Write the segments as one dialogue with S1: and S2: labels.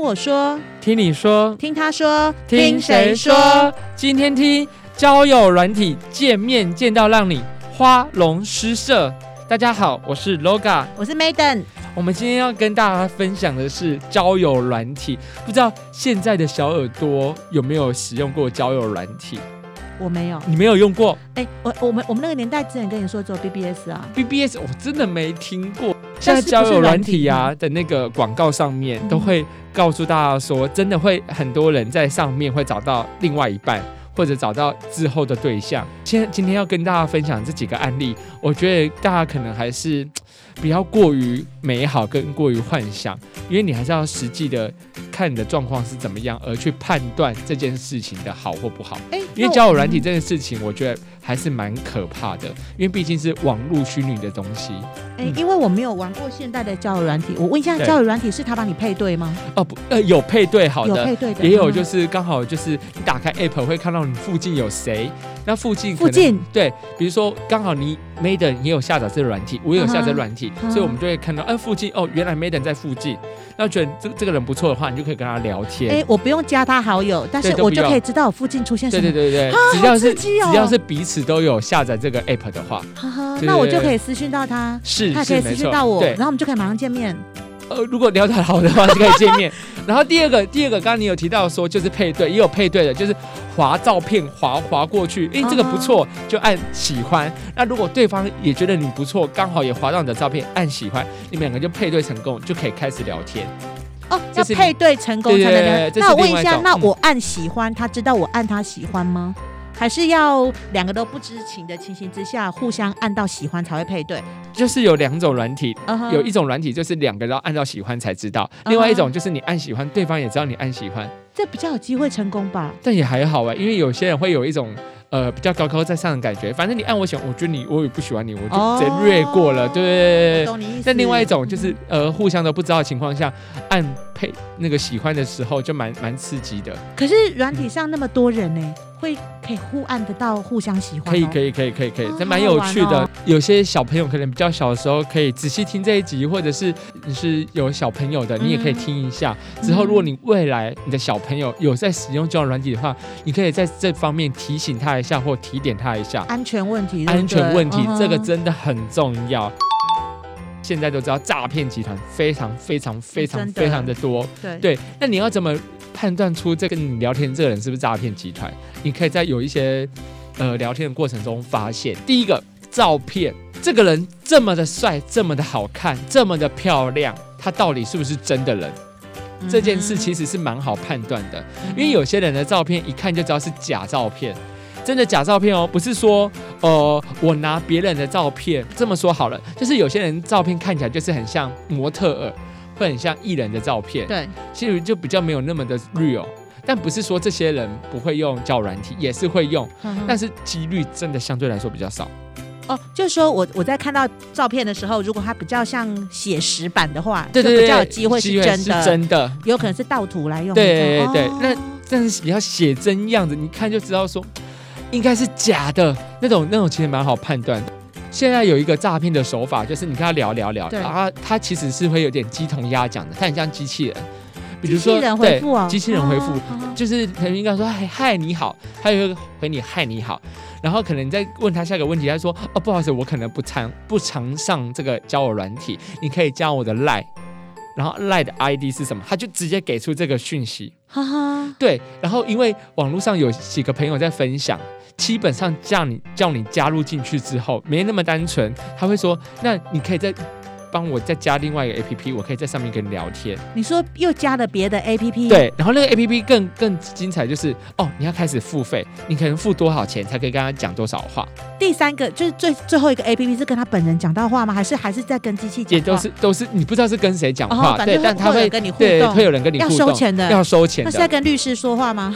S1: 我说，
S2: 听你说，
S1: 听他说，？？
S2: 今天听交友软体见面见到让你花容失色。大家好，我是 LOGA。
S1: 我是 Maiden，
S2: 我们今天要跟大家分享的是交友软体，不知道现在的小耳朵有没有使用过交友软体？
S1: 我没有。
S2: 你没有用过
S1: 哎、我我们我们那个年代之前跟你说做 BBS 啊，
S2: BBS？我真的没听过。现
S1: 但
S2: 在
S1: 是
S2: 交
S1: 不是
S2: 友软
S1: 软
S2: 体
S1: 体
S2: 呀、的那个广告上面
S1: 嗯
S2: 都会告诉大家说，真的会很多人在上面会找到另外一半，或者找到之后的对象。现在今天要跟大家分享这几个案例，我觉得大家可能还是嗯不要过于美好跟过于幻想，因为你还是要实际的看你的状况是怎么样，而去判断这件事情的好或不好。
S1: 哎、
S2: 因为
S1: 那
S2: 交友软体这件事情，我觉得还是蛮可怕的，因为毕竟是网络虚拟的东西
S1: 哎、
S2: 嗯
S1: 因为我没有玩过现代的交友软体，我问一下，
S2: 对
S1: 交友软体是他帮你配对吗？
S2: 哦，不，呃，有配对好
S1: 有
S2: 的，
S1: 配对的，
S2: 也有
S1: 嗯
S2: 就是刚好就是你打开 app 会看到你附近有谁，那附近可
S1: 附
S2: 能
S1: 近
S2: 对，比如说刚好你 Maiden 也有下载这个软体，我也有下载软体，
S1: 嗯
S2: 所以我们就会看到，哎、附近哦，原来 Maiden 在附近，那觉得这这个人不错的话，你就可以跟他聊天。
S1: 哎、我不用加他好友，但是
S2: 对都
S1: 我
S2: 不
S1: 就
S2: 用
S1: 可以知道我附近出现什
S2: 对
S1: 么。
S2: 对对对，只
S1: 好
S2: 要是、
S1: 刺激哦
S2: 只要是彼此都有下载这个 app 的话，
S1: 哈哈，
S2: 对
S1: 那
S2: 对
S1: 我
S2: 对
S1: 就可以私讯到他，
S2: 是
S1: 他也可
S2: 是
S1: 以
S2: 没
S1: 私
S2: 错
S1: 讯到我，
S2: 对
S1: 然，后我们就可以马上见面。
S2: 呃，如果聊得好的话是可以见面。然后第二个，第二个，刚刚你有提到说就是配对，也有配对的，就是划照片划划过去，诶，这个不错，就按喜欢。那如果对方也觉得你不错，刚好也划到你的照片，按喜欢，你们两个就配对成功，就可以开始聊天。
S1: 哦，
S2: 这
S1: 要
S2: 是
S1: 配对成功才
S2: 对对对
S1: 能
S2: 对。这是
S1: 那我问
S2: 另外
S1: 一
S2: 一
S1: 下
S2: 种，
S1: 那
S2: 嗯
S1: 我按喜欢，他知道我按他喜欢吗？还是要两个都不知情的情形之下，互相按到喜欢才会配对？
S2: 就是有两种软体，
S1: 嗯哼
S2: 有一种软体就是两个人要按照喜欢才知道，另外一种就是你按喜欢，对方也知道你按喜欢，
S1: 这比较有机会成功吧？
S2: 但也还好哎，因为有些人会有一种。呃，比较高高在上的感觉，反正你按我喜欢，我觉得你我也不喜欢你，我就直接略过了，
S1: 哦
S2: 对对对对
S1: 懂你意思。嗯
S2: 但另外一种就是，呃，互相都不知道的情况下，按配那个喜欢的时候，就蛮蛮刺激的。
S1: 可是软体上那么多人呢、会可以互按得到互相喜欢、哦。
S2: 可以，可
S1: 以。
S2: 以，可以，可以，可以
S1: 哦，
S2: 这蛮有趣
S1: 好好玩
S2: 的
S1: 哦。
S2: 有些小朋友可能比较小的时候，可以仔细听这一集，或者是你是有小朋友的，你也可以听一下。之后，如果
S1: 嗯
S2: 你未来你的小朋友有在使用交友软体的话，你可以在这方面提醒他一下，或提点他一下。
S1: 安全问题，对
S2: 安
S1: 不对
S2: 全问题，
S1: 嗯
S2: 这个真的很重要。现在都知道诈骗集团非常非常非常
S1: 哦真的
S2: 非常的多，
S1: 对
S2: 对，那你要怎么判断出这跟你聊天这个人是不是诈骗集团？你可以在有一些呃聊天的过程中发现，第一个照片，这个人这么的帅，这么的好看，这么的漂亮，他到底是不是真的人？
S1: 嗯
S2: 这件事其实是蛮好判断的，因为有些人的照片一看就知道是假照片。真的假照片哦，不是说，呃，我拿别人的照片这么说好了，就是有些人照片看起来就是很像模特儿，会很像艺人的照片，
S1: 对
S2: 其实就比较没有那么的 real。但不是说这些人不会用交友软体，也是会用，但
S1: 是
S2: 是几率真的相对来说比较少。
S1: 哦，就是说我我在看到照片的时候，如果它比较像写实版的话，
S2: 对
S1: 就
S2: 对对，
S1: 比较有机会是
S2: 机
S1: 真的，
S2: 是真的。
S1: 有可能是盗图来用的。
S2: 对
S1: 哦
S2: 对那但是你要写真样子，你看就知道说应该是假的那种，那种其实蛮好判断的。现在有一个诈骗的手法，就是你跟他聊聊聊，
S1: 对
S2: 然后他其实是会有点鸡同鸭讲的，他很像机器人，比如
S1: 机
S2: 说
S1: 器人
S2: 对
S1: 回复哦，
S2: 机器人回复
S1: 哦，好好
S2: 就是可能应该说嗨嗨你好，他也会回你嗨你好，然后可能你再问他下一个问题，他说哦不好意思，我可能不常不常上这个交友软体，你可以加我的 line，然后 line 的 ID 是什么，他就直接给出这个讯息。
S1: 哈哈，
S2: 对，然后因为网络上有几个朋友在分享，基本上叫你叫你加入进去之后，没那么单纯，他会说那你可以再帮我再加另外一个 A P P，我可以在上面跟你聊天。
S1: 你说又加了别的 A P P，，
S2: 对，然后那个 A P P 更更精彩，就是哦，你要开始付费，你可能付多少钱才可以跟他讲多少话，
S1: 第三个就是最最后一个 A P P 是跟他本人讲到话吗？还是还是在跟机器讲话？
S2: 也都是都是你不知道是跟谁讲话，
S1: 啊哦反
S2: 对，
S1: 正
S2: 但
S1: 会
S2: 他
S1: 会有
S2: 会
S1: 人跟你互
S2: 对
S1: 动
S2: 会有人跟你
S1: 要
S2: 互
S1: 收
S2: 动
S1: 钱的
S2: 要收钱
S1: 那
S2: 的
S1: 是，在跟律师说话吗？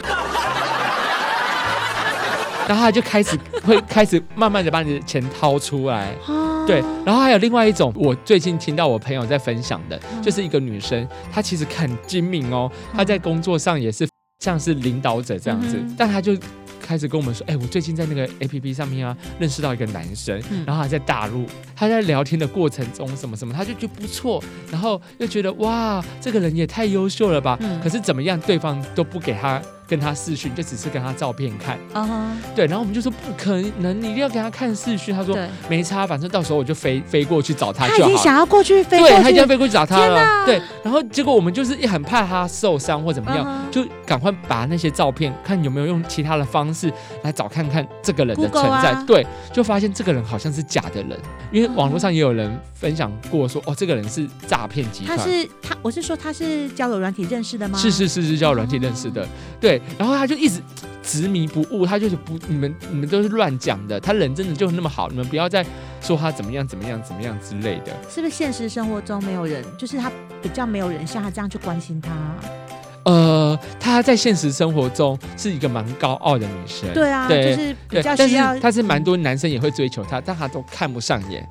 S2: 然后他就开始会开始慢慢的把你的钱掏出来。
S1: 啊
S2: 对，然后还有另外一种，我最近听到我朋友在分享的，
S1: 嗯
S2: 就是一个女生，她其实 很精明哦，她在工作上也是像是领导者这样子
S1: 嗯，哼
S2: 但她就开始跟我们说，哎、我最近在那个 A P P 上面啊，认识到一个男生，
S1: 嗯
S2: 然后还在大陆，他在聊天的过程中什么什么，他就觉得不错，然后又觉得哇，这个人也太优秀了吧。
S1: 嗯
S2: 可是怎么样，对方都不给他跟他视讯，就只是跟他照片看。
S1: 啊哈，
S2: 对，然后我们就说不可能，你一定要给他看视讯。他说
S1: 对，
S2: 没差，反正到时候我就飞飞过去找他
S1: 他已
S2: 就好
S1: 经
S2: 了。
S1: 想要过去飞
S2: 对，
S1: 过
S2: 他已经
S1: 去
S2: 要，飞过去找他
S1: 天
S2: 了。对，然后结果我们就是也很怕他受伤或怎么样，
S1: 嗯哼
S2: 就赶快把那些照片看有没有用其他的方式来找看看这个人的
S1: Google
S2: 存在。
S1: 啊
S2: 对，就发现这个人好像是假的人，因为网络
S1: 嗯
S2: 上也有人分享过说，哦，这个人是诈骗集
S1: 他
S2: 团。
S1: 是他，我是说他是交友软体认识的吗？
S2: 是是是是叫软体认识的，对，然后他就一直执迷不悟，他就是不你们你们都是乱讲的，他人真的就那么好，你们不要再说他怎么样怎么样怎么样之类的。
S1: 是不是现实生活中没有人，就是他比较没有人像他这样去关心他？啊
S2: 呃，她在现实生活中是一个蛮高傲的女生，
S1: 对啊，
S2: 对
S1: 就是比
S2: 对，
S1: 较
S2: 但
S1: 需
S2: 是
S1: 要。嗯
S2: 她是蛮多男生也会追求她，但她都看不上眼，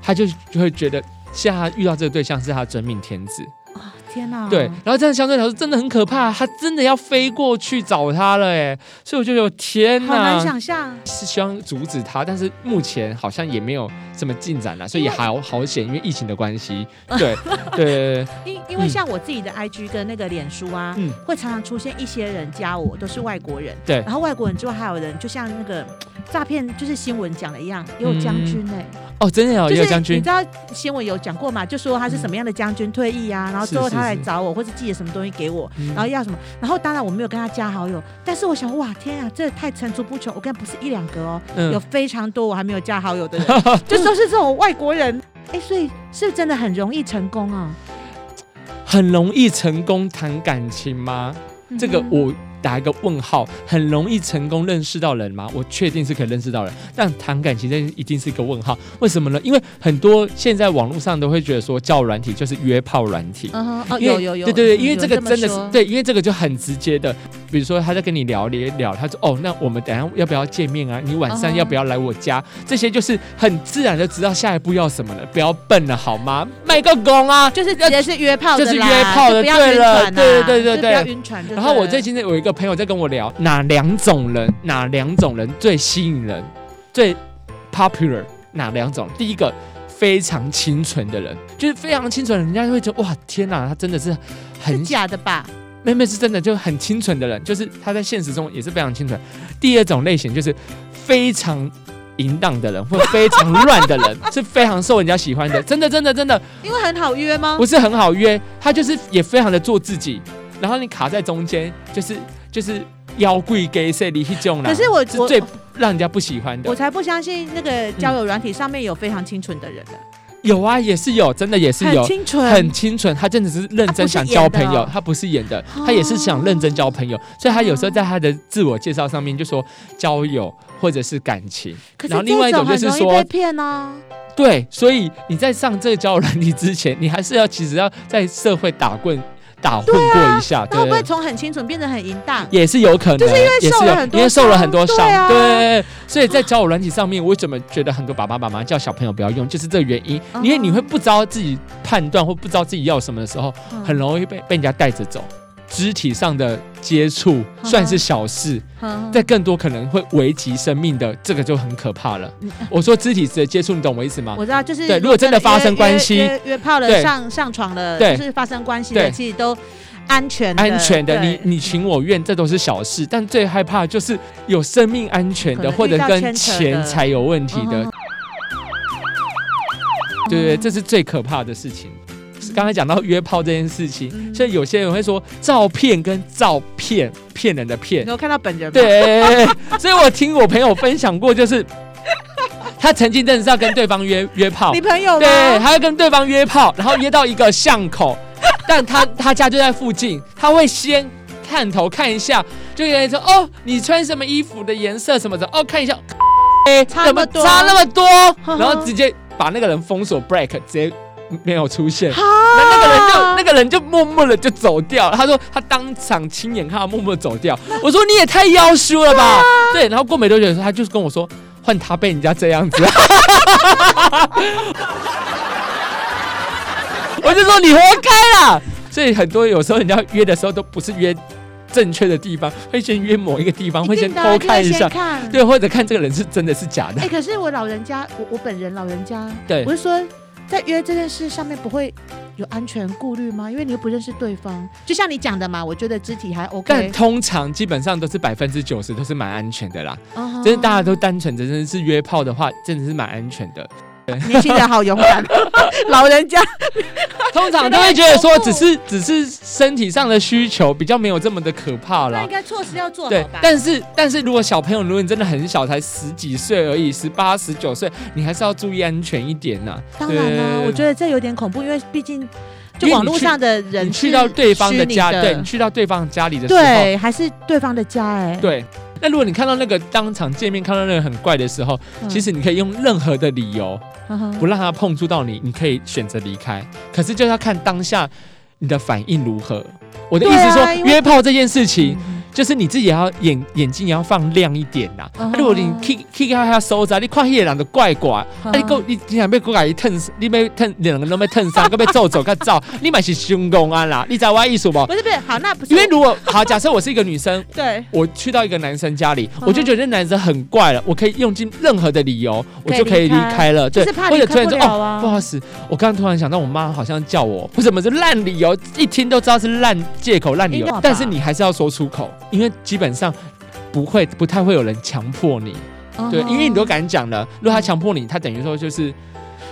S2: 她就就会觉得。现在她遇到这个对象是她的真命天子，
S1: 啊天哪！
S2: 对，然后这样相对来说真的很可怕，她真的要飞过去找他了哎，所以我就有天
S1: 好难
S2: 哪，
S1: 想象。
S2: 是希望阻止她，但是目前好像也没有什么进展啦，所以也
S1: 因为
S2: 好好险，因为疫情的 关系，对对对对，对
S1: 因因为
S2: 嗯
S1: 像我自己的 IG 跟那个脸书啊，
S2: 嗯
S1: 会常常出现一些人加我，都是外国人。
S2: 对
S1: 然后外国人之外还有人，就像那个诈骗，就是新闻讲的一样，也有将军哎、
S2: 嗯哦，真的有
S1: 就
S2: 也
S1: 是
S2: 有将
S1: 你
S2: 军嗯
S1: 知，道新闻有讲过嘛，就说他是什么样的将军退役啊，然后
S2: 是
S1: 最后
S2: 是
S1: 他来
S2: 是
S1: 找我，或是寄了什么东西给我，
S2: 嗯
S1: 然后要什么，然后当然我没有跟他加好友，但是我想哇天啊，这太层出不穷，我跟不是一两个哦，
S2: 嗯
S1: 有非常多我还没有加好友 的人，就都是这种外国人，哎、所以是不是真的很容易成功啊？
S2: 很容易成功谈感情吗？这个
S1: 嗯哼
S2: 我打一个问号，很容易成功认识到人吗？我确定是可以认识到人，但谈感情这一定是一个问号。为什么呢？因为很多现在网络上都会觉得说，叫软体就是约炮软体。
S1: 嗯哼，哦，
S2: 因为
S1: 有有有，
S2: 对对对，
S1: 嗯
S2: 因为这个真
S1: 有
S2: 的是，
S1: 人么说
S2: 对，因为这个就很直接的，比如说他在跟你聊聊聊，他说哦，那我们等一下要不要见面啊？你晚
S1: 嗯
S2: 上
S1: 哼
S2: 要不要来我家？这些就是很自然的知道下一步要什么了，不要笨了好吗？卖个拱啊！
S1: 就是直接是约炮的啦，
S2: 就是约炮
S1: 就
S2: 的
S1: 不要晕
S2: 对了
S1: 船啊
S2: 对对对
S1: 就
S2: 对
S1: 不要晕船就对了。
S2: 然后我最近有一个朋友在跟我聊，哪两种人，哪两种人最吸引人，最 popular，哪两种？第一个非常清纯的人，就是非常清纯，人家就会觉得哇，天哪，他真的是
S1: 是
S2: 很
S1: 假的吧？
S2: 妹妹是真的就很清纯的人，就是他在现实中也是非常清纯。第二种类型就是非常。淫荡的人或非常乱的人是非常受人家喜欢的，真的真的真 的
S1: 因为很好约吗？
S2: 不是很好约，他就是也非常的做自己，然后你卡在中间，就是就是妖贵给谁离去种啦，
S1: 可是我
S2: 是
S1: 我
S2: 最让人家不喜欢
S1: 我
S2: 的。
S1: 才不相信那个交友软体上面有非常清纯的人呢，
S2: 有啊，也是有，真的也是
S1: 很
S2: 有。
S1: 清纯，
S2: 很清纯，他真的是认真想交朋友，他不是演的，他也是想认真交朋
S1: 哦
S2: 友，所以他有时候在他的自我介绍上面就说交友或者是感情，
S1: 可是
S2: 然后另外一
S1: 这
S2: 种就
S1: 很
S2: 是
S1: 容易
S2: 说
S1: 被骗啊呢。
S2: 对，所以你在上这个交友软体之前，你还是要其实要在社会打棍打混过一下，
S1: 他会不会从很清纯变得很淫荡？
S2: 也是有可能，
S1: 啊就是因为
S2: 也
S1: 受
S2: 是
S1: 了
S2: 有
S1: 很多
S2: 因为受了很多
S1: 伤
S2: 伤，
S1: 对啊
S2: 对，所以在交友软体上面，我怎么觉得很多爸爸妈妈叫小朋友不要用，就是这个原因，
S1: 嗯
S2: 因为你会不知道自己判断或不知道自己要什么的时候，
S1: 嗯
S2: 很容易被被人家带着走。肢体上的接触
S1: 嗯哼
S2: 算是小事，
S1: 嗯
S2: 但更多可能会危及生命的，这个就很可怕了
S1: 嗯。
S2: 我说肢体的接触，你懂我意思吗？
S1: 我知道，就是
S2: 对如果真的
S1: 约
S2: 发生关系
S1: 约约约炮了、
S2: 对
S1: 上上床了，
S2: 对
S1: 就是发生关系了，
S2: 对
S1: 其实都安全
S2: 安全的，
S1: 对
S2: 你你情我愿，这都是小事，但最害怕就是有生命安全
S1: 可
S2: 的，
S1: 能
S2: 或者
S1: 遇到
S2: 跟
S1: 牵扯的
S2: 钱财有问题的
S1: 嗯，
S2: 对对，这是最可怕的事情。刚才讲到约炮这件事
S1: 嗯
S2: 情，所以有些人会说照片跟照片骗人的骗
S1: 你，有看到本人吗？
S2: 对，所以我听我朋友分享过，就是他曾经真的是要跟对方约约炮
S1: 你，朋友吗？
S2: 对，他要跟对方约炮，然后约到一个巷口，但他他家就在附近，他会先探头看一下，就有人说哦，你穿什么衣服的颜色什么的，哦，看一下，哎，
S1: 差
S2: 怎么
S1: 那么多
S2: 差那么 多，然后直接把那个人封锁 break，直接没有出现。
S1: 好，
S2: 那那个人就
S1: 啊
S2: 那个人就默默的就走掉了。他说他当场亲眼看他默默地走掉。我说你也太妖羞了
S1: 啊
S2: 吧？对，然后过没多久的时候，他就是跟我说，换他被人家这样子。 我就说你活该啦。所以很多有时候人家约的时候都不是约正确的地方，会先约某一个地方，会
S1: 一
S2: 先
S1: 定的
S2: 偷
S1: 啊就
S2: 看
S1: 会
S2: 一下
S1: 先，看。
S2: 对，或者看这个人是真的是 假的
S1: 哎、，可是我老人家，我我本人老人家，
S2: 对
S1: 我是说，在约这件事上面不会有安全顾虑吗？因为你又不认识对方，就像你讲的嘛，我觉得肢体还
S2: 但
S1: OK，
S2: 通常基本上都是百分之九十都是蛮安全的啦，
S1: 嗯哼
S2: 真的大家都单纯的，真的是约炮的话，真的是蛮安全 的。
S1: 年轻人好勇 敢，老人家
S2: 通常都会觉得说，只是只是身体上的需求比较没有这么的可怕
S1: 那
S2: 啦
S1: 应。该措施要做
S2: 对
S1: 好吧，？
S2: 但是但是如果小朋友，如果你真的很小，才十几岁而已，十八十九岁，你还是要注意安全一点呐、
S1: 当然啦、
S2: 对
S1: 我觉得这有点恐怖，因为毕竟就
S2: 因为你
S1: 网络上的人
S2: 你去
S1: 是
S2: 到对方的
S1: 虚拟
S2: 家，对你去到对方家里的时候，
S1: 对，还是对方的家哎、
S2: 对。那如果你看到那个当场见面看到那个很怪的时候，
S1: 嗯
S2: 其实你可以用任何的理由
S1: 嗯哼
S2: 不让他碰触到你，你可以选择离开。可是就要看当下你的反应如何。我的意
S1: 对
S2: 思
S1: 啊
S2: 是说，
S1: 因为
S2: 约炮这件事情，
S1: 嗯
S2: 就是你自己也要眼眼睛也要放亮一点啦。
S1: 嗯
S2: 啊如果你 kick kick 他手指啊，你看迄个人就怪怪，啊
S1: 嗯
S2: 你够你你想要过来烫，你要烫两个人都要烫伤，个要皱皱个走，你嘛是凶公安啦，你知道我的意思不？
S1: 不是不是好，那不是
S2: 因为如果好，假设我是一个女生，
S1: 对
S2: 我去到一个男生家里，
S1: 嗯
S2: 我就觉得这男生很怪了，我可以用尽任何的理由，我
S1: 可以
S2: 就可
S1: 离
S2: 以离
S1: 开
S2: 开了，对
S1: 就是，怕
S2: 或
S1: 你
S2: 者突
S1: 克
S2: 然
S1: 不
S2: 说
S1: 了
S2: 哦。
S1: 啊，
S2: 不好意思，我刚刚突然想到，我妈好像叫我，为什么是烂理由？一听都知道是烂借口、烂理
S1: 应该
S2: 由
S1: 吧，
S2: 但是你还是要说出口，因为基本上不会、不太会有人强迫你，
S1: 嗯哼
S2: 对，因为你都敢讲了。如果他强迫你，他等于说就是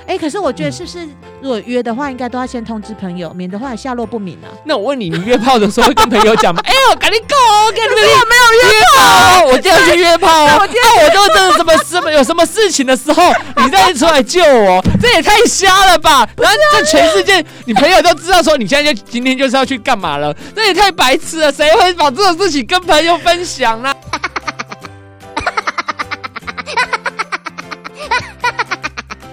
S1: 哎、可是我觉得
S2: 嗯
S1: 是不是如果约的话，应该都要先通知朋友，免得话下落不明啊。
S2: 那我问你，你约炮的时候会跟朋友讲吗？哎、我赶紧够哦，我跟你们我没有约
S1: 哎
S2: 炮哦，我今天去约炮哦，我今天我就真的什么什么有什么事情的时候，你再出来救我，这也太瞎了吧！然后这全世界你朋友都知道说你现在就今天就是要去干嘛了，这也太白痴了，谁会把这种事情跟朋友分享呢、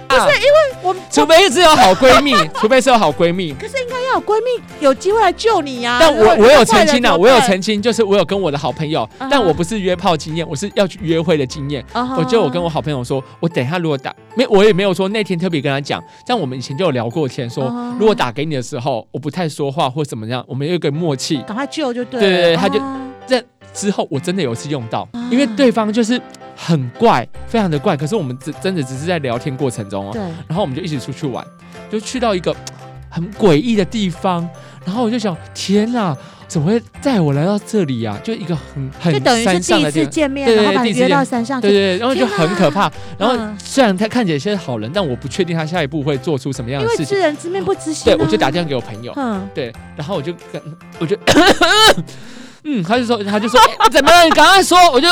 S2: 不是因为
S1: 我
S2: 除非是有好闺 蜜，除非是有好闺蜜，
S1: 可是应该要有闺蜜有机会来救你呀、
S2: 但
S1: 如果
S2: 我我有澄清
S1: 的，
S2: 啊，我有澄清，就是啊我有跟我的好朋友
S1: 嗯，
S2: 但我不是约炮经验，我是要去约会的经验。
S1: 嗯哼，
S2: 我就我跟我好朋友说，我等一下如果打没，我也没有说那天特别跟他讲，但我们以前就有聊过天，说
S1: 嗯
S2: 如果打给你的时候，我不太说话或怎么样，我们有一个默契。
S1: 赶快救就对了，
S2: 对对对他就
S1: 啊
S2: 之后我真的有一次用到
S1: 啊，
S2: 因为对方就是很怪，非常的怪，可是我们只真的只是在聊天过程中哦，
S1: 对，
S2: 然后我们就一起出去玩，就去到一个很诡异的地方，然后我就想，天哪，怎么会带我来到这里啊？就一个很
S1: 就
S2: 很
S1: 等于是
S2: 山
S1: 第
S2: 上
S1: 一
S2: 的地
S1: 次
S2: 方。
S1: 见面，
S2: 对对对
S1: 然后把
S2: 第
S1: 你
S2: 一次见
S1: 约到山上
S2: 对
S1: 去，
S2: 对，对然后就
S1: 天哪
S2: 很可怕。然后
S1: 嗯
S2: 虽然他看起来是好人，但我不确定他下一步会做出什么样
S1: 因
S2: 的
S1: 为
S2: 事
S1: 知
S2: 情。
S1: 人知面不知心、
S2: 对
S1: 啊，，
S2: 我就打电话给我朋友，
S1: 嗯，
S2: 对，然后我就跟我就，嗯，他就说他就说、哎怎么了？你赶快说，我就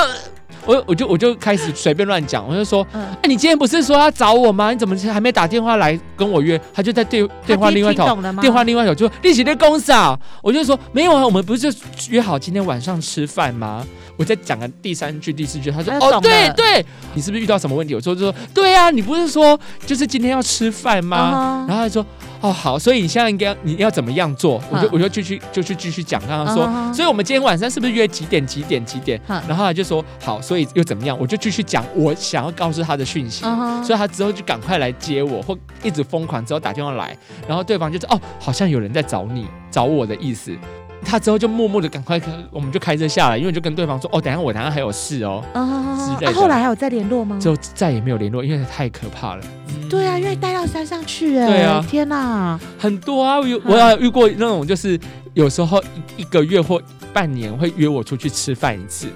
S2: 我我就我就开始随便乱讲，我就说哎
S1: 嗯，
S2: 那、你今天不是说要找我吗？你怎么还没打电话来跟我约？他就在对电话另外一
S1: 他
S2: 头，
S1: 听懂了吗？
S2: 电话另外一头就立起那公司啊！我就说没有啊，我们不是就约好今天晚上吃饭吗？我在讲个第三句、第四句，他说
S1: 他就
S2: 哦，
S1: 懂
S2: 对
S1: 了
S2: 对，你是不是遇到什么问题？我说就说对啊，你不是说就是今天要吃饭吗？
S1: 嗯哼，
S2: 然后他说哦好，所以你现在应该你要怎么样做？我就
S1: 嗯
S2: 我就继续就去继续讲，跟他说
S1: 嗯哼
S2: 所以我们今天晚上是不是约几点几点几点？
S1: 嗯
S2: 然后他就说好，所以又怎么样？我就继续讲我想要告诉他的讯息。
S1: 嗯哼
S2: 所以他之后就赶快来接我，或一直疯狂之后打电话来，然后对方就是哦，好像有人在找你，找我的意思。他之后就默默的赶快，我们就开车下来，因为就跟对方说哦，等一下我等一下还有事哦，
S1: 嗯
S2: 之类
S1: 啊
S2: 的
S1: 后来还有再联络吗？
S2: 之后再也没有联络，因为太可怕了。嗯
S1: 对啊，因为带到山上去、哎，
S2: 对啊
S1: 天哪，
S2: 很多啊，我有
S1: 嗯
S2: 我有遇过那种，就是有时候一一个月或半年会约我出去吃饭一次。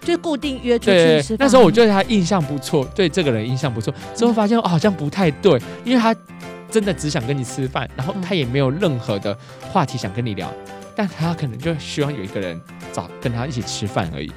S1: 就固定约出去
S2: 对
S1: 吃饭，，
S2: 那时候我对他印象不错，对这个人印象不错，之后发现哦好像不太对，因为他真的只想跟你吃饭，然后
S1: 嗯
S2: 他也没有任何的话题想跟你聊，但他可能就希望有一个人找跟他一起吃饭而已，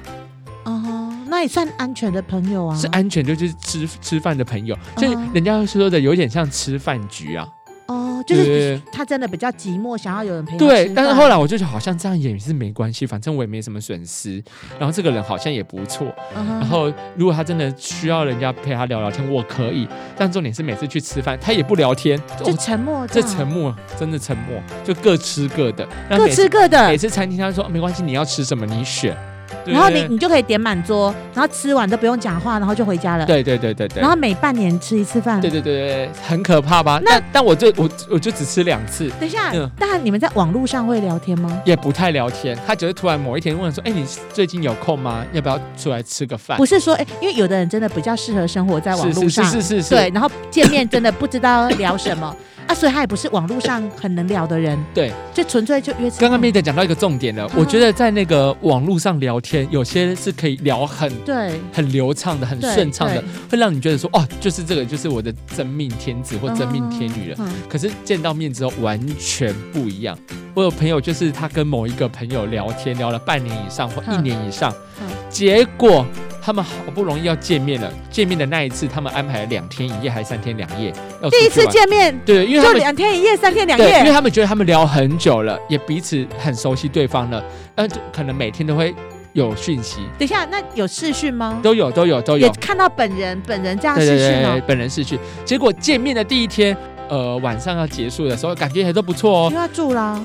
S1: 嗯哼，那也算安全的朋友啊，
S2: 是安全就是吃吃饭的朋友，所以
S1: 嗯
S2: 人家说的有点像吃饭局啊，
S1: 哦，就是
S2: 对对对
S1: 他真的比较寂寞，想要有人陪他吃
S2: 对
S1: 饭。，
S2: 但是后来我就觉得好像这样也是没关系，反正我也没什么损失，然后这个人好像也不错，
S1: 嗯哼，
S2: 然后如果他真的需要人家陪他聊聊天，我可以。但重点是每次去吃饭，他也不聊天，
S1: 就
S2: 哦
S1: 沉默
S2: 这
S1: 样啊
S2: 沉默真的沉默，就各吃各的。那
S1: 各
S2: 每次
S1: 吃各的
S2: 哦每，次餐厅他说没关系，你要吃什么你选。对
S1: 然后你你就可以点满桌，然后吃完都不用讲话，然后就回家了。
S2: 对对对对对，
S1: 然后每半年吃一次饭。
S2: 对对对对，很可怕吧？
S1: 那
S2: 那但我就我我就只吃两次，
S1: 等一下
S2: 嗯，
S1: 那你们在网络上会聊天吗？
S2: 也不太聊天。他只是突然某一天问说：“哎、你最近有空吗？要不要出来吃个饭
S1: 不是说，哎，因为有的人真的比较适合生活？”在网
S2: 是
S1: 络
S2: 是
S1: 上
S2: 是，是是是，
S1: 对，然后见面真的不知道聊什么啊，所以他也不是网络上很能聊的人，
S2: 对，
S1: 就纯粹就约吃饭。
S2: 刚刚妹姐讲到一个重点了，
S1: 嗯
S2: 我觉得在那个网络上聊天，有些是可以聊很
S1: 对
S2: 很流畅的、很
S1: 对
S2: 顺畅的
S1: 对，
S2: 会让你觉得说哦，就是这个就是我的真命天子或真命天女了。
S1: 嗯
S2: 可是见到面之后完全不一样。我有朋友就是他跟某一个朋友聊天，聊了半年以上或一
S1: 嗯
S2: 年以上，
S1: 嗯
S2: 结果他们好不容易要见面了。见面的那一次，他们安排了两天一夜还是三天两夜，要
S1: 第一
S2: 出去
S1: 次
S2: 玩。
S1: 见面
S2: 对，因为
S1: 就
S2: 他们
S1: 两天一夜，三天两
S2: 对，因为
S1: 夜，
S2: 他们觉得他们聊很久了，也彼此很熟悉对方了，呃，就可能每天都会有讯息，
S1: 等一下，那有视讯吗？
S2: 都有都有都有
S1: 也，看到本人，本人这样
S2: 对对
S1: 视讯
S2: 对对
S1: 哦，，
S2: 本人是去，结果见面的第一天，呃，晚上要结束的时候，感觉也都不错
S1: 因
S2: 哦
S1: 为，要住啦。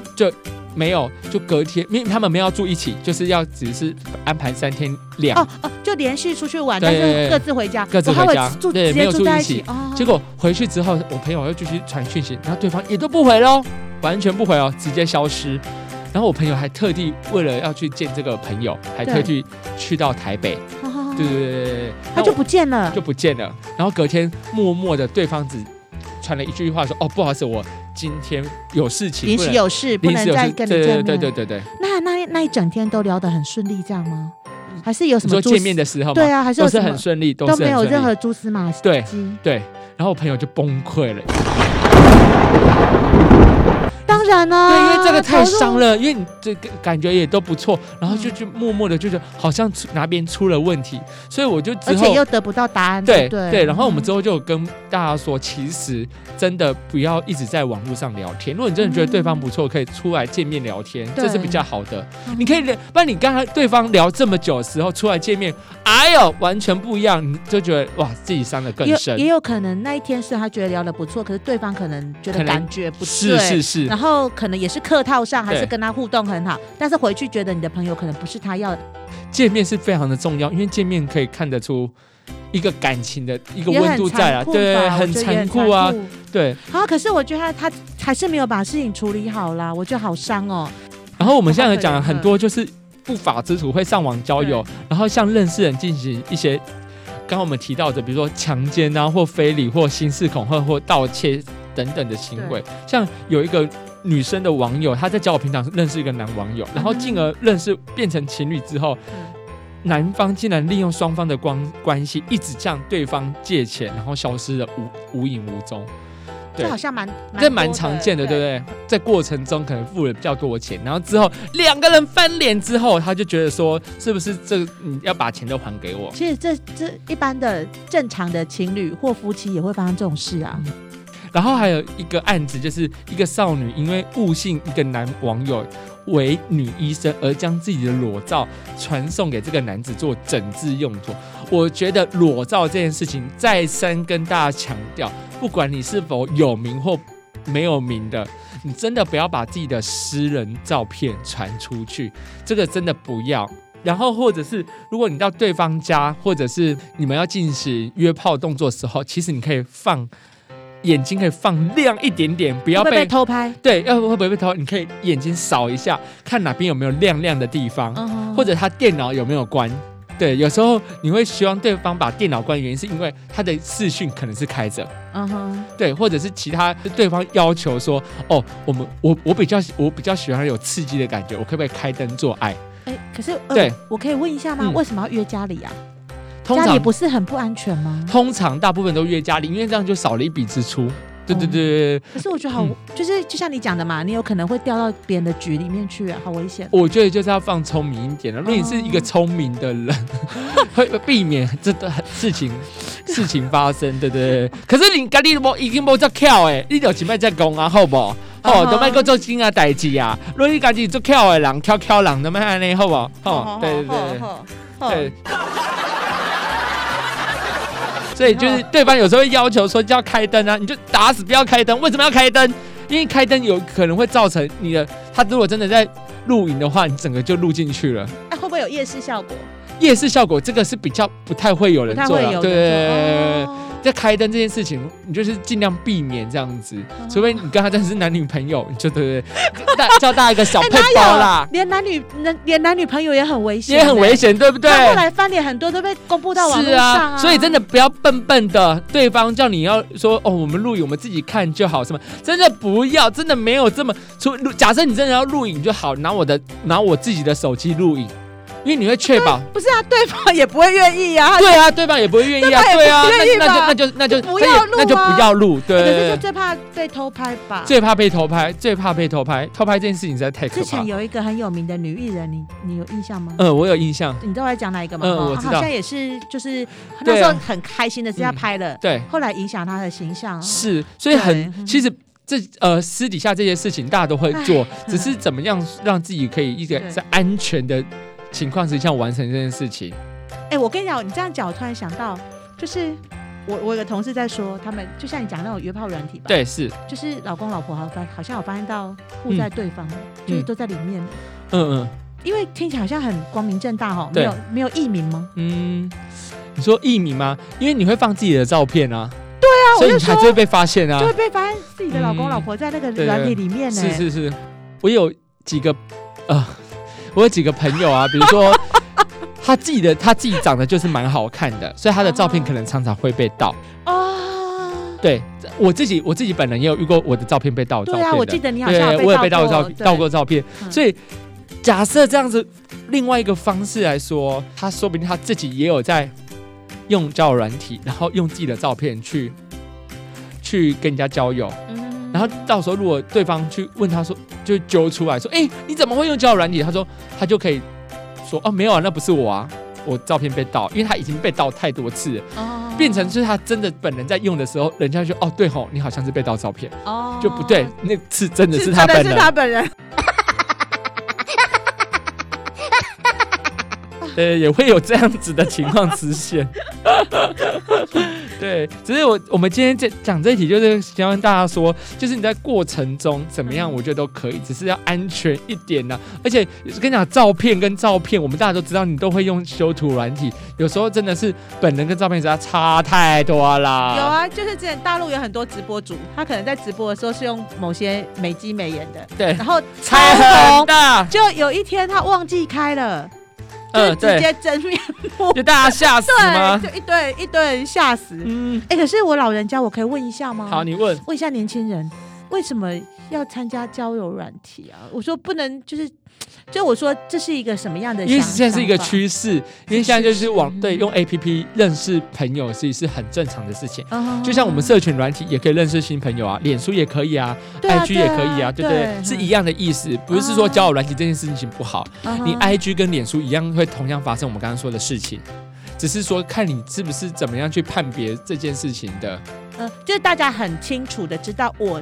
S2: 没有，就隔天，因为他们没有要住一起，就是要只是安排三天两，
S1: 哦哦，就连续出去玩，
S2: 对
S1: 但
S2: 对
S1: 是
S2: 对
S1: 各自回家，
S2: 各自
S1: 我还
S2: 回
S1: 以为
S2: 家
S1: 住
S2: 对
S1: 直
S2: 没
S1: 接
S2: 有
S1: 住
S2: 住
S1: 在
S2: 一
S1: 一
S2: 起
S1: 起。哦
S2: 结果回去之后，我朋友又继续传讯息，然后对方也都不回喽，完全不回哦，直接消失。然后我朋友还特地为了要去见这个朋友，还特
S1: 对
S2: 地去到台北。
S1: 好好好
S2: 对对对对对，
S1: 他就不见了
S2: 就。不见了。然后隔天默默的，对方只传了一句话说：“哦，不好意思，我今天有事情，
S1: 临
S2: 不
S1: 时
S2: 能
S1: 有事，不
S2: 临
S1: 能
S2: 时有
S1: 再
S2: 事。”
S1: 跟
S2: 对
S1: 你见
S2: 对
S1: 面。
S2: 对对对对，
S1: 那那那一整天都聊得很顺利，这样吗？还是有什
S2: 嗯你
S1: 么
S2: 说
S1: 蛛
S2: 见面的时候嘛，
S1: 对啊，还是
S2: 都
S1: 有
S2: 是
S1: 什
S2: 很
S1: 么
S2: 顺利，都
S1: 都
S2: 是
S1: 没
S2: 很
S1: 有
S2: 顺利
S1: 任何蛛丝马迹。
S2: 对对。然后我朋友就崩溃了，
S1: 当然哦啦、
S2: 对，因为这个太伤
S1: 了。
S2: 了，因为你这个感觉也都不错，然后就
S1: 嗯
S2: 就默默的，就是好像出哪边出了问题，所以我就之
S1: 而且
S2: 后
S1: 又得不到答案，
S2: 对
S1: 对嗯不
S2: 对，然后我们之
S1: 后
S2: 后就有跟大家说，其实真的不要一直在网络上聊天。如果你真的觉得对方不错，可以出来见面聊天，
S1: 嗯对嗯
S2: 这是比较好的。你可以聊，不然你刚才对方聊这么久的时候出来见面，哎呦，完全不一样，你就觉得哇，自己伤得更
S1: 也
S2: 深
S1: 也。有可能那一天是他觉得聊得不错，可是对方可能觉
S2: 可
S1: 得
S2: 能
S1: 感觉不对，
S2: 是是是，
S1: 然后可能也是客套上，还是
S2: 对
S1: 跟他互动很好，但是回去觉得你的朋友可能不是他要的，
S2: 见面是非常的重要，因为见面可以看得出一个感情的一个
S1: 也
S2: 温
S1: 很
S2: 度在
S1: 残
S2: 啊，
S1: 酷
S2: 对，
S1: 吧，
S2: 很
S1: 我觉得也
S2: 残
S1: 很
S2: 酷啊，对。
S1: 啊，可是我觉得他他还是没有把事情处理好啦，我觉得好伤哦。
S2: 然后我们现在讲很多就是不法之徒会上网交友，然后向认识人进行一些刚刚我们提到的，比如说强奸啊，或非礼，或心事恐吓，或盗窃等等的行为。像有一个女生的网友，她在交友平台上认识一个男网友，然后进而认识变成情侣之后。男方竟然利用双方的关关系，一直向对方借钱，然后消失的无无影无踪。对
S1: 这好像蛮
S2: 这蛮常见的，对不对？在过程中可能付了比较多的钱，然后之后两个人翻脸之后，他就觉得说，是不是这你要把钱都还给我？
S1: 其实这这一般的正常的情侣或夫妻也会发生这种事啊。
S2: 然后还有一个案子，就是一个少女因为误信一个男网友为女医生，而将自己的裸照传送给这个男子做整治用途。我觉得裸照这件事情再三跟大家强调，不管你是否有名或没有名的，你真的不要把自己的私人照片传出去，这个真的不要。然后，或者是如果你到对方家，或者是你们要进行约炮动作的时候，其实你可以放眼睛可以放亮一点点，不
S1: 不
S2: 要
S1: 会
S2: 被
S1: 被偷拍，
S2: 对，要不会不会被偷？你可以眼睛扫一下，看哪边有没有亮亮的地方，
S1: 嗯
S2: 或者他电脑有没有关。对，有时候你会希望对方把电脑关，原因是因为他的视讯可能是开着，
S1: 嗯哼，
S2: 对，或者是其他对方要求说，哦，我们我我比较我比较喜欢有刺激的感觉，我可不可以开灯做爱？
S1: 哎，可是呃
S2: 对，
S1: 我可以问一下吗？
S2: 嗯
S1: 为什么要约家里啊？
S2: 通
S1: 家里
S2: 常
S1: 不是很不安全吗？
S2: 通常大部分都约家里，因为这样就少了一笔支出。对对对对对，
S1: 可是我觉得好，
S2: 嗯
S1: 就是就像你讲的嘛，你有可能会掉到别人的局里面去啊，好危险。
S2: 我觉得就是要放聪明一点啊了。如果你是一个聪明的人， 会避免这个事情事情发生，对对对。可是你家你无已经无做巧诶，你就前面在讲啊，好不好？
S1: 嗯
S2: 哦，
S1: 哼
S2: 都卖个做这啊代志啊！如果你家己做巧的人，巧巧人，都卖安尼，好不好？
S1: 啊
S2: 哦，对对对对
S1: 嗯
S2: 对。 所以就是对方有时候会要求说就要开灯啊，你就打死不要开灯。为什么要开灯？因为开灯有可能会造成你的，他如果真的在录影的话，你整个就录进去了。
S1: 哎、那会不会有夜视效果？
S2: 夜视效果这个是比较不太会有
S1: 不
S2: 人
S1: 太
S2: 做
S1: 会
S2: 的
S1: 有的
S2: 啊，对
S1: 做。哦
S2: 在开灯这件事情，你就是尽量避免这样子，
S1: 嗯
S2: 除非你跟他真的是男女朋友，你就对不对？大叫大家一个小
S1: 哎
S2: 配包啦，
S1: 连男女连连男女朋友也很危险、
S2: 也很危
S1: 险。
S2: 险，对不对？
S1: 那后来翻脸很多都被公布到网
S2: 是啊
S1: 络上啊
S2: 所以真的不要笨笨的，对方叫你要说哦，我们录影我们自己看就好，什么真的不要，真的没有这么。除录假设你真的要录影就好，拿我的拿我自己的手机录影，因为你会确保。
S1: 不是啊，对方也不会愿意啊。
S2: 对啊，对方也不会愿意啊，
S1: 对
S2: 对
S1: 方
S2: 啊，
S1: 也不愿意
S2: 那
S1: 吧
S2: 那就那就那就
S1: 不要录啊
S2: 那就不要录，
S1: 可是就
S2: 对，
S1: 最怕被偷拍吧。
S2: 最怕被偷拍，最怕被偷拍，偷拍这件事情实在太可
S1: 之
S2: 怕
S1: 前。有一个很有名的女艺人，你你有印象吗？
S2: 嗯，我有印象，
S1: 你知道我在讲哪一个吗？
S2: 嗯
S1: 哦
S2: 我
S1: 她
S2: 知
S1: 好
S2: 道
S1: 像也是，就是那
S2: 对
S1: 时
S2: 啊
S1: 候很开心的是她拍了，
S2: 对，啊嗯
S1: 后来影响她的形象。啊
S2: 是，所以
S1: 哦对嗯
S2: 很其实这呃私底下这些事情大家都会做，只是
S1: 嗯
S2: 怎么样让自己可以一个
S1: 对
S2: 在安全的情况之下完成这件事情。
S1: 哎、我跟你讲，你这样讲，我突然想到，就是我我有个同事在说，他们就像你讲那种约炮软体吧，，
S2: 对，嗯是，
S1: 就是老公老婆好像好像有发现到护在对方，就是都在里面，
S2: 嗯
S1: 因为听起来好像很光明正大哈，没
S2: 对
S1: 有没有艺名吗？
S2: 嗯嗯，你说艺名吗？因为你会放自己的照片啊，
S1: 对啊，我
S2: 所以
S1: 就
S2: 你才
S1: 说
S2: 就会被发现啊
S1: 就。会被发现自己的老公
S2: 嗯
S1: 老婆在那个
S2: 对
S1: 软体里面呢、
S2: 是是是，我有几个呃， 我有几个朋友啊，比如 说他自己的他自己长得就是蛮好看的，所以他的照片可能常常会被盗。
S1: 哦，
S2: 对我自己，我自己本人也有遇过我的照片被盗的照
S1: 对
S2: 片
S1: 啊，
S2: 的
S1: 我记得你好像
S2: 对，
S1: 有
S2: 我也被盗
S1: 盗
S2: 过照
S1: 对
S2: 盗过照片，
S1: 嗯
S2: 所以假设这样子，另外一个方式来说，他说不定他自己也有在用交友软体，然后用自己的照片去去跟人家交友，
S1: 嗯
S2: 然后到时候如果对方去问他说，就揪出来说，哎、你怎么会用交友软体？他说他就可以说，哦，没有啊，那不是我啊。我照片被盗，因为他已经被盗太多次了，
S1: 哦
S2: 变成是他真的本人在用的时候，人家就哦对吼，你好像是被盗照片，
S1: 哦
S2: 就不对，那次真的
S1: 是
S2: 是他
S1: 真
S2: 本
S1: 的
S2: 人
S1: 是。他本人，
S2: 对，也会有这样子的情况出现。 对，只是我我们今天这讲这一题，就是希望大家说，就是你在过程中怎么样，
S1: 嗯
S2: 我觉得都可以，只是要安全一点呢、而且跟你讲，照片跟照片，我们大家都知道，你都会用修图软体，有时候真的是本人跟照片实在差太多啦。
S1: 有啊，就是之前大陆有很多直播主，他可能在直播的时候是用某些美肌美颜 的，
S2: 对，
S1: 然后
S2: 差很大。
S1: 就有一天他忘记开了，就
S2: 嗯，
S1: 直
S2: 对，
S1: 接真面目，
S2: 就大家吓死吗
S1: 对，？就一堆一堆人吓死。
S2: 嗯，
S1: 哎、可是我老人家，我可以问一下吗？
S2: 好，你问。
S1: 问一下年轻人，为什么要参加交友软体啊？我说不能，就是，就我说这是一个什么样的想？
S2: 因为现在是一个
S1: 嗯想法，
S2: 趋势，因为现在就是网
S1: 是
S2: 对用 A P P 认识朋友是是很正常的事情。
S1: 哦
S2: 就像我们社群软体也可以认识新朋友啊，脸书也可以啊
S1: 对啊
S2: ，IG 也可以啊，
S1: 对
S2: 对不
S1: 啊
S2: 对？
S1: 对嗯
S2: 是一样的意思，不是说交友软体这件事情不好，你
S1: 嗯哼
S2: IG 跟脸书一样会同样发生我们刚刚说的事情，只是说看你是不是怎么样去判别这件事情的。
S1: 呃，就是大家很清楚的知道我。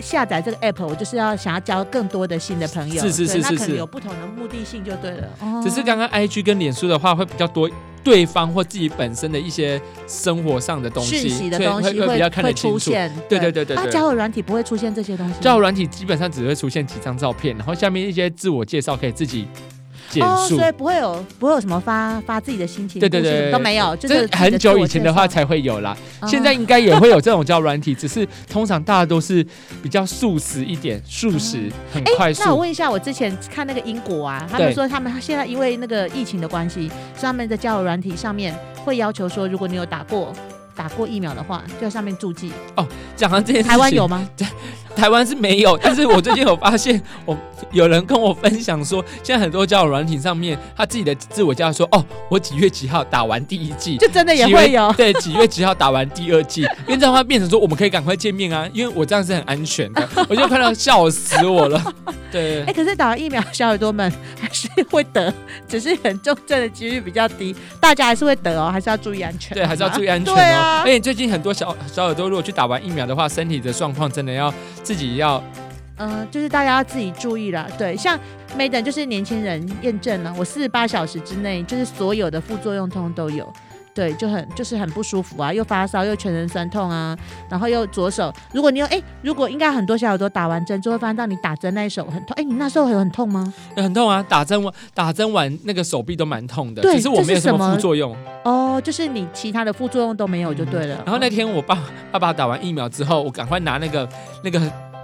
S1: 下载这个 app，我就是要想要交更多的新的朋友，
S2: 是是
S1: 对
S2: 是
S1: 那
S2: 是
S1: 可
S2: 是
S1: 能有不同的目的性就对了。哦
S2: 只是刚刚 IG 跟脸书的话会比较多。对方或自己本身的一些生活上的东西，
S1: 讯息的
S2: 所以
S1: 东西
S2: 会会比较看得
S1: 会出
S2: 清楚。
S1: 现，
S2: 对对对对
S1: 那
S2: 对
S1: 交友软体不会出现这些东西吗，
S2: 交友软体基本上只会出现几张照片，然后下面一些自我介绍可以自己简
S1: 哦，
S2: 述。
S1: 所以不会有不会有什么发发自己的心情，
S2: 对对
S1: 故事
S2: 对
S1: 什么都没有，就
S2: 这
S1: 是
S2: 很久以前的话
S1: 自己
S2: 才会有啦，
S1: 的自我介绍哦
S2: 现在应该也会有这种交友软体，只是通常大家都是比较速食一点，速食很快
S1: 嗯那我
S2: 速。
S1: 问一下，我之前看那个英国啊，他
S2: 对
S1: 们说他们现在因为那个疫情的关系，所以他们在交友软体上面会要求说，如果你有打过打过疫苗的话，就在上面注记。
S2: 讲完这件事情，啊
S1: 台湾有吗？
S2: 台湾是没有，但是我最近有发现，我有人跟我分享说，现在很多交友软体上面，他自己的自我介绍说，哦，我几月几号打完第一 季，
S1: 就真的也
S2: 几
S1: 会
S2: 月。
S1: 有
S2: 对，几月几号打完第二季，因为这样的话变成说我们可以赶快见面啊，因为我这样是很安全 的。我就看到笑死我了， 对
S1: 哎、，可是打完疫苗，小耳朵们还是会得， 只是很重症的几率比较低，大家还是会得哦，还是要注意安全。
S2: 对，还是要注意安全
S1: 对
S2: 哦。
S1: 啊
S2: 而且最近很多小小耳朵，如果去打完疫苗的话，身体的状况真的要自己要
S1: 嗯、就是大家要自己注意啦。对，像 Maiden 啊就是年轻人验证了，我四十八小时之内，就是所有的副作用通通都有。对，就很就是很不舒服啊，又发烧，又全身酸痛啊，然后又左手，如果你有哎、如果应该很多小耳朵打完针之后，发现到你打针那一手很痛，哎、你那时候有很痛吗？
S2: 很痛啊！打针完打针完那个手臂都蛮痛的，
S1: 对
S2: 只是我没有
S1: 这是
S2: 什
S1: 什么
S2: 么副作用。
S1: 哦，就是你其他的副作用都没有就对了。哦
S2: 然后那天我爸爸爸打完疫苗之后，我赶快拿那个那个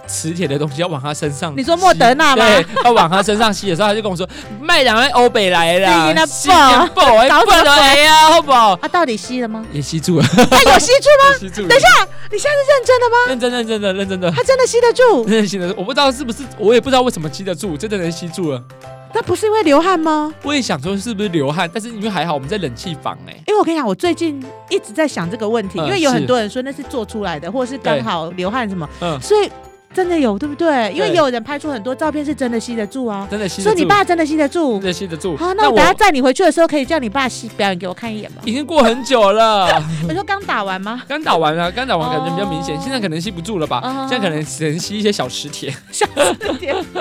S2: 磁铁的东西要往他身上吸，
S1: 你说莫德纳吗？
S2: 对，要往他身上吸的时候，他就跟我说：“卖两位哎欧北来
S1: 你给他
S2: 啦，
S1: 爆啊
S2: 爆哎
S1: 搞
S2: 爆
S1: 什么鬼
S2: 来呀，哎好不好
S1: 啊，到底吸了 吗？？”
S2: 也吸住了，
S1: 他哎有吸住吗？
S2: 吸住了。
S1: 等一下，你现在是认真的吗？
S2: 认真认真的认真的
S1: 他真的吸得住？
S2: 认真的，我不知道是不是，我也不知道为什么吸得住，真的能吸住了。
S1: 那不是因为流汗吗？
S2: 我也想说是不是流汗，但是因为还好我们在冷气房哎、
S1: 因为我跟你讲，我最近一直在想这个问题，
S2: 嗯
S1: 因为有
S2: 是
S1: 很多人说那是做出来的，或者是刚好流汗什么，
S2: 嗯，
S1: 所以真的有对不对？因为
S2: 对
S1: 也有人拍出很多照片是真的吸得住啊，
S2: 真的吸得
S1: 所以
S2: 住，
S1: 你爸真的吸得住
S2: 真。的吸得住。
S1: 好，那我等下载你回去的时候，可以叫你爸吸表演给我看一眼吗？
S2: 已经过很久了，
S1: 我说刚打完吗？
S2: 刚打完了，刚打完感觉比较明显，
S1: 哦
S2: 现在可能吸不住了吧？
S1: 嗯
S2: 现在可能只能吸一些小磁铁。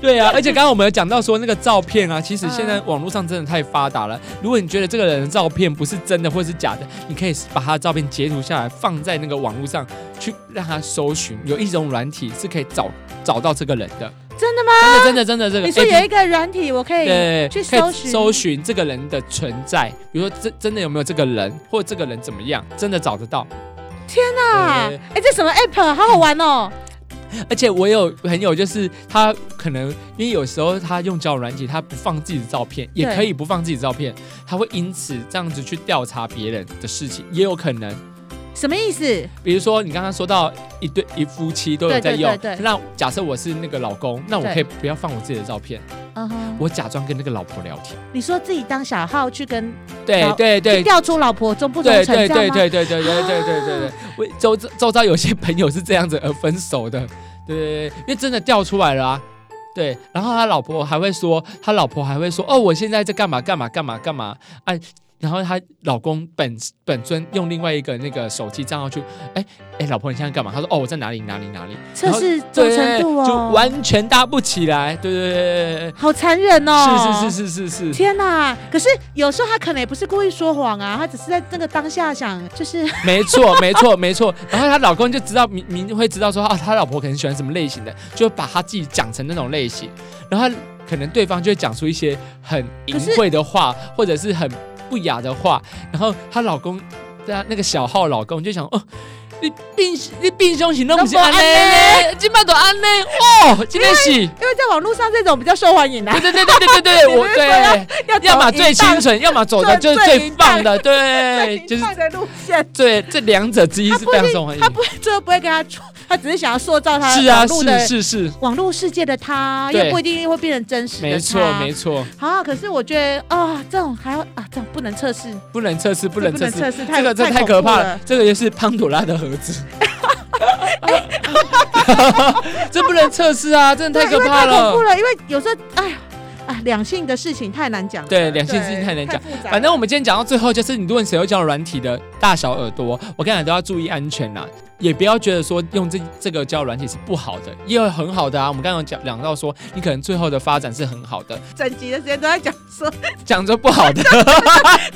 S2: 对啊，而且刚刚我们有讲到说那个照片啊，其实现在网络上真的太发达了。如果你觉得这个人的照片不是真的或是假的，你可以把他的照片截图下来，放在那个网络上去让他搜寻。有一种软体是可以找找到这个人的，
S1: 真的吗？
S2: 真的真的真的这个
S1: 你说
S2: APP
S1: 有一个软体，我可以
S2: 哎对，
S1: 哎去
S2: 可以
S1: 搜寻
S2: 搜寻这个人的存在，比如说真真的有没有这个人，或者这个人怎么样，真的找得到。
S1: 啊
S2: 对？
S1: 哎，这什么 app？啊好好玩哦！
S2: 而且我有朋友，就是他可能因为有时候他用交友软体，他不放自己的照片，也
S1: 对
S2: 可以不放自己的照片，他会因此这样子去调查别人的事情，也有可能。
S1: 什么意思？
S2: 比如说，你刚刚说到一对一夫妻都有在
S1: 对对
S2: 用，
S1: 对对
S2: 那假设我是那个老公，那我
S1: 对
S2: 可以不要放我自己的照片，
S1: 嗯哼，
S2: 我假装跟那个老婆聊天。
S1: 你说自己当小号去跟
S2: 对
S1: 好
S2: 对对
S1: 去调出老婆忠不忠
S2: 对
S1: 诚这
S2: 对
S1: 样
S2: 对
S1: 吗？
S2: 对对对对对对对对， 我周周遭有些朋友是这样子而分手的，对对对，因为真的掉出来了啊。对，然后他老婆还会说，他老婆还会说，哦，我现在在干嘛干嘛干嘛干嘛，哎、然后她老公本本尊用另外一个那个手机账号去，哎哎，老婆你现在干嘛？他说，哦，我在哪里哪里哪里，
S1: 测试忠
S2: 对
S1: 诚度
S2: 就
S1: 哦，
S2: 完全搭不起来，对对对对对
S1: 好残忍哦！
S2: 对，是
S1: 是。
S2: 是是是是是，
S1: 天呐！可是有时候他可能也不是故意说谎啊，他只是在那个当下想，就是
S2: 没错，没错，没错。然后她老公就知道明明会知道说啊，他老婆可能喜欢什么类型的，就把他自己讲成那种类型，然后可能对方就会讲出一些很淫
S1: 可是
S2: 秽的话，或者是很不雅的话，然后她老公，对啊，那个小号老公就想哦。你病你病凶型弄不是安
S1: 都不安
S2: 呢，今麦都安呢哦，今天是，
S1: 因为在网络上这种比较受欢迎啊
S2: 对，对对对对对对，我
S1: 你不是说
S2: 对，
S1: 要
S2: 要么
S1: 走
S2: 最
S1: 淫荡
S2: 清纯，要么走的就是
S1: 最
S2: 最
S1: 淫荡
S2: 棒的，对，
S1: 最
S2: 就是
S1: 淫荡的路线。
S2: 最这两者之一
S1: 他
S2: 是
S1: 不
S2: 非常
S1: 是
S2: 受欢迎
S1: 他。不会最后不会跟他处，他只是想要塑造他
S2: 是啊，
S1: 网络的
S2: 是是是，
S1: 网络世界的他，
S2: 对
S1: 又不一定会变成真实的他。
S2: 没错没错，
S1: 好，可是我觉得啊、这种还要啊，这种不能测试，
S2: 不能测试，不能
S1: 这
S2: 测试，
S1: 试，
S2: 这
S1: 太
S2: 个这太
S1: 恐
S2: 可
S1: 怖
S2: 怕
S1: 了
S2: 了，这个就是潘朵拉的盒 子。这不能测试啊，真的
S1: 对，
S2: 太可
S1: 因为
S2: 怕
S1: 太恐怖
S2: 了。
S1: 了，因为有时候，哎呀，啊，两性的事情太难讲了。
S2: 对两性事情太难讲
S1: 复杂了
S2: 反正我们今天讲到最后，就是你如果你使用交友软体的大小耳朵，我跟你讲都要注意安全啦，也不要觉得说用这这个交友软体是不好的，也有很好的啊。我们刚刚讲讲到说，你可能最后的发展是很好的，
S1: 整集的时间都在讲 说
S2: 讲着不 好的，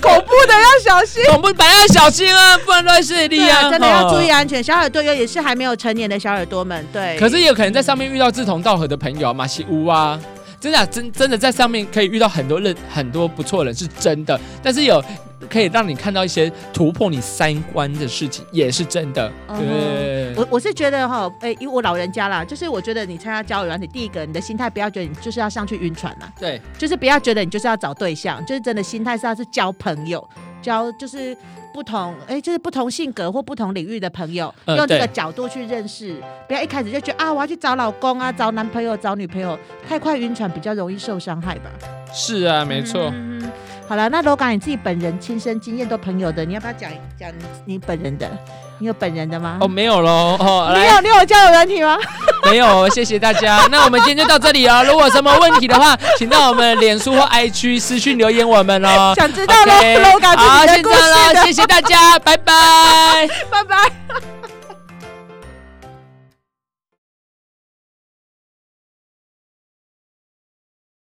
S1: 恐怖的要小心。
S2: 恐怖版要小心啊，不然乱势力
S1: 对
S2: 啊，
S1: 啊，真的要
S2: 吼
S1: 注意安全。小耳朵尤也是还没有成年的小耳朵们，对。
S2: 可是也有可能在上面遇到志同道合的朋友啊，马西乌啊，真的啊、真真的在上面可以遇到很多人，很多不错的人是真的，但是有可以让你看到一些突破你三观的事情也是真的，
S1: 嗯
S2: 对。
S1: 我我是觉得哈，哎、因为我老人家啦，就是我觉得你参加交友软体，第一个你的心态不要觉得你就是要上去晕船啦，
S2: 对，
S1: 就是不要觉得你就是要找对象，就是真的心态是要是交朋友，交就是不同哎、就是不同性格或不同领域的朋友，
S2: 呃
S1: 用这个
S2: 对
S1: 角度去认识，不要一开始就觉得啊我要去找老公啊，找男朋友，找女朋友，太快晕船比较容易受伤害吧。
S2: 是啊，没错。
S1: 嗯。嗯嗯好了，那罗港你自己本人亲身经验都朋友的，你要不要讲讲你你本人的？你有本人的吗？
S2: 哦，没有喽，哦，
S1: 你
S2: 来，
S1: 有你有交友软体 吗？
S2: 没有，谢谢大家。 那我们今天就到这里哦。如果有什么问题的话，请到我们脸书或 IG 私讯留言我们哦。
S1: 想知道喽
S2: OK，
S1: 罗港自己
S2: 好，
S1: 的
S2: 先
S1: 故
S2: 这样
S1: 事
S2: 了，
S1: 的，
S2: 谢谢大家，拜拜。
S1: 拜拜。